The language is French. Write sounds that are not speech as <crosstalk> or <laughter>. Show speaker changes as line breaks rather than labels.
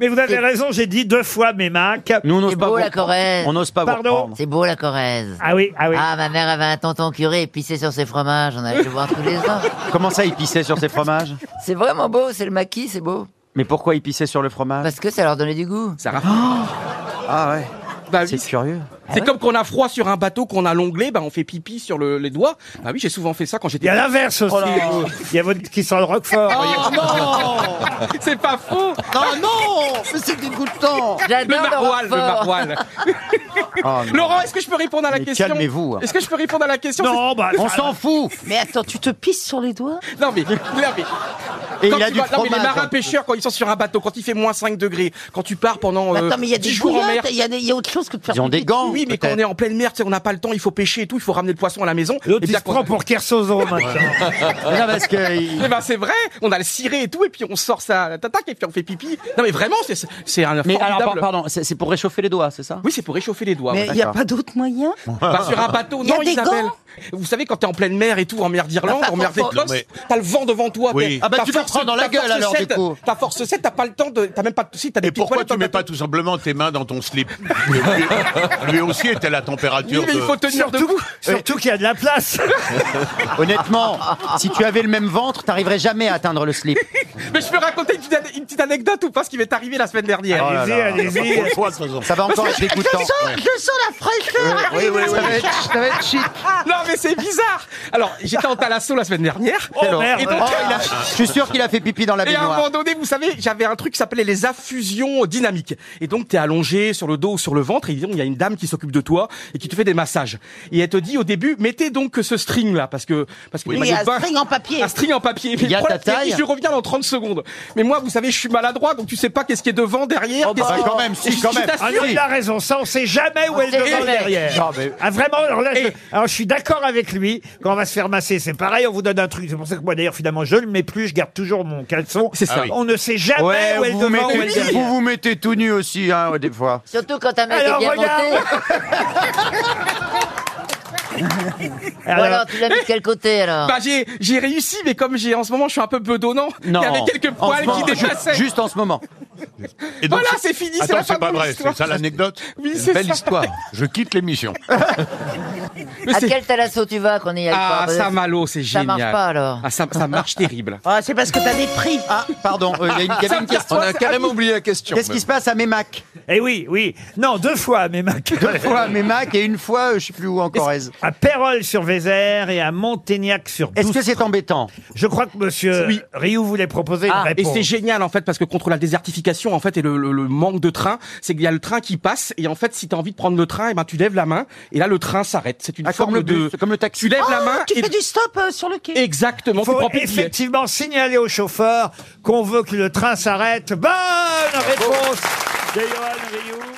Mais vous avez raison, j'ai dit deux fois mes macs.
Nous, on n'ose
C'est beau
vous
la
reprendre.
Corrèze.
On n'ose pas vous
Pardon
reprendre.
C'est beau la Corrèze.
Ah oui, ah oui.
Ah, ma mère avait un tonton curé épicé sur ses fromages, on allait le voir tous les ans.
Comment ça, il pissait sur ses fromages
<laughs> C'est vraiment beau, c'est le maquis, c'est beau.
Mais pourquoi il pissait sur le fromage
Parce que ça leur donnait du goût.
Ça rafale.
Ah ouais,
Bah oui.
c'est Ah curieux.
C'est comme qu'on a froid sur un bateau, qu'on a l'onglet, bah on fait pipi sur le- les doigts. Bah oui, j'ai souvent fait ça quand
Il y
j'étais.
a l'inverse
Oh
aussi. Il y a votre qui sent le
Ah.
roquefort.
Oh non <laughs> C'est pas faux
Non, non Mais c'est dégoûtant
Le
J'adore
maroilles,
le
le
roquefort.
maroilles.
<laughs> Oh, non.
Laurent, est-ce que je peux répondre à la
Mais
question
calmez-vous. hein.
Est-ce que je peux répondre à la question
Non, bah,
Ah,
On
ça-
s'en fout
Mais attends, tu te pisses sur les doigts
C'est- Non mais, non mais,
Et
quand
il a
tu
du
vas- non, mais
fromage. hein.
les marins pêcheurs quand ils sont sur un bateau, quand il fait moins 5 degrés, quand tu pars pendant euh,
Bah, Attends, mais il y a
10
des
jours en mer.
couillottes, il y, a des- il y a autre chose que de faire
Ils ont des
pipi dessus.
gants.
Oui, mais quand on est
peut-être.
en pleine mer, tu sais, on n'a pas le temps, il faut pêcher et tout, il faut ramener le poisson à la maison.
L'autre,
Et
il
bien
se
qu'on-
prend pour Kersozo maintenant.
Mais non, parce que il-
Eh ben c'est vrai, on a le ciré et tout, et puis on sort ça, à la tatac, et puis on fait pipi. Non mais vraiment, c'est c'est un
Mais alors,
formidable.
par- pardon, c'est c'est pour réchauffer les doigts, c'est ça Oh,
Oui, c'est pour réchauffer les doigts.
Mais
ouais.
il n'y a
D'accord.
pas d'autre moyen
Bah, sur un bateau,
Il y a
non,
des
Isabelle.
gants
Vous savez, quand t'es en pleine mer et tout, en mer d'Irlande,
Enfin,
en mer
faut-
d'Écosse,
Non, mais-
t'as le vent devant toi.
Oui.
t'as-
Ah bah,
t'as
tu te
force-
prends dans la
t'as
gueule,
force
alors, du
7,
coup.
T'as force 7, t'as pas le temps de, t'as même pas, si, t'as des
Et
petites
pourquoi
toilettes
tu
dans
mets
le
pas
bateau.
tout simplement tes mains dans ton slip lui, lui aussi était à la
Oui,
température.
mais il
de-
faut tenir debout.
<laughs>
<laughs>
Surtout qu'il y a de la place.
Oh Honnêtement, si tu avais le même ventre, t'arriverais jamais à atteindre le slip.
Mais je peux raconter une petite, ane- une petite anecdote ou pas ce qui m'est arrivé la semaine dernière.
Oh
Allez-y, allez-y.
Faut le choix, de toute façon.
Ça va encore être dégoûtant.
Je sens la fraîcheur
Euh,
Oui, oui, oui.
Non, mais c'est bizarre. Alors, j'étais en thalasso la semaine dernière.
Oh merde.
Et donc,
Oh, il a- Je suis sûr qu'il a fait pipi dans la
Et à un
baignoire.
moment donné, vous savez, j'avais un truc qui s'appelait les affusions dynamiques. Et donc, t'es allongé sur le dos ou sur le ventre, et disons, il y a une dame qui s'occupe de toi et qui te fait des massages. Et elle te dit au début, mettez donc ce string là, parce que parce que
Oui,
moi, je
un
bain-
string en papier.
un string en papier.
Il y a
Mais le
ta
problème, c'est que
taille.
Je reviens dans 30 secondes. Mais moi, vous savez, je suis maladroit, donc tu sais pas qu'est-ce qui est devant, derrière.
Oh, bah,
qu'est-ce qui-
quand même, si,
Et je-
quand
je
même.
Ah
t'assure,
non, il a raison, ça on sait jamais où est le
sait
devant
jamais.
derrière.
Non, mais-
Ah vraiment, alors là, je,
Et-
alors, je suis d'accord avec lui, quand on va se faire masser, c'est pareil, on vous donne un truc, c'est pour ça que moi d'ailleurs finalement je ne le mets plus, je garde toujours mon caleçon.
C'est ça.
Ah oui.
On ne sait jamais
Ouais,
où est le
vous vous,
devant, où est le
mettez, vous
derrière.
vous mettez tout nu aussi, hein, des fois.
Surtout quand ta mère est
Alors,
bien
regarde.
montée. Ou alors, tu l'as mis de quel côté alors
Bah, j'ai j'ai réussi, mais comme j'ai en ce moment, je suis un peu bedonnant. Il y avait quelques
En ce
poils qui
moment, ju-
dépassaient.
Juste en ce moment.
Et donc,
Voilà, c'est fini, c'est la
Attends,
fin
c'est
de
pas
mon
vrai,
histoire.
c'est ça l'anecdote
Oui,
Une
c'est
belle
ça.
histoire.
Je quitte l'émission.
Mais
À
c'est-
quel thalasso tu vas qu'on y aille
Ah,
pas
Saint-Malo, c'est
Ça
génial.
marche pas, alors.
Ah, ça, ça marche
<laughs>
terrible.
Ah, c'est parce que t'as des prix.
Ah, pardon, euh, il y a une- il y avait une question.
carrément oublié.
Qu'est-ce qui se passe à Mémac
Eh oui, oui. Non, deux fois, mais ma
Deux fois à Mémac et une fois, euh, je sais plus où, en Corrèze.
à Pérol-sur-Vézère et à Montaignac-sur-Douze.
Est-ce que c'est embêtant
Je crois que monsieur
Oui.
Rioux voulait proposer une
Ah, et
réponse.
c'est génial en fait parce que contre la désertification en fait et le, le- le manque de train, c'est qu'il y a le train qui passe et en fait si t'as envie de prendre le train, et ben tu lèves la main et là le train s'arrête. C'est une
Ah,
forme
Comme le
de
bus, comme le
tu
taxi.
lèves la
Ah,
main
tu
et
fais du stop euh, sur le quai.
exactement tu
faut
prends plus de billets.
effectivement signaler au chauffeur qu'on veut que le train s'arrête. Bonne réponse de Johan Rioux.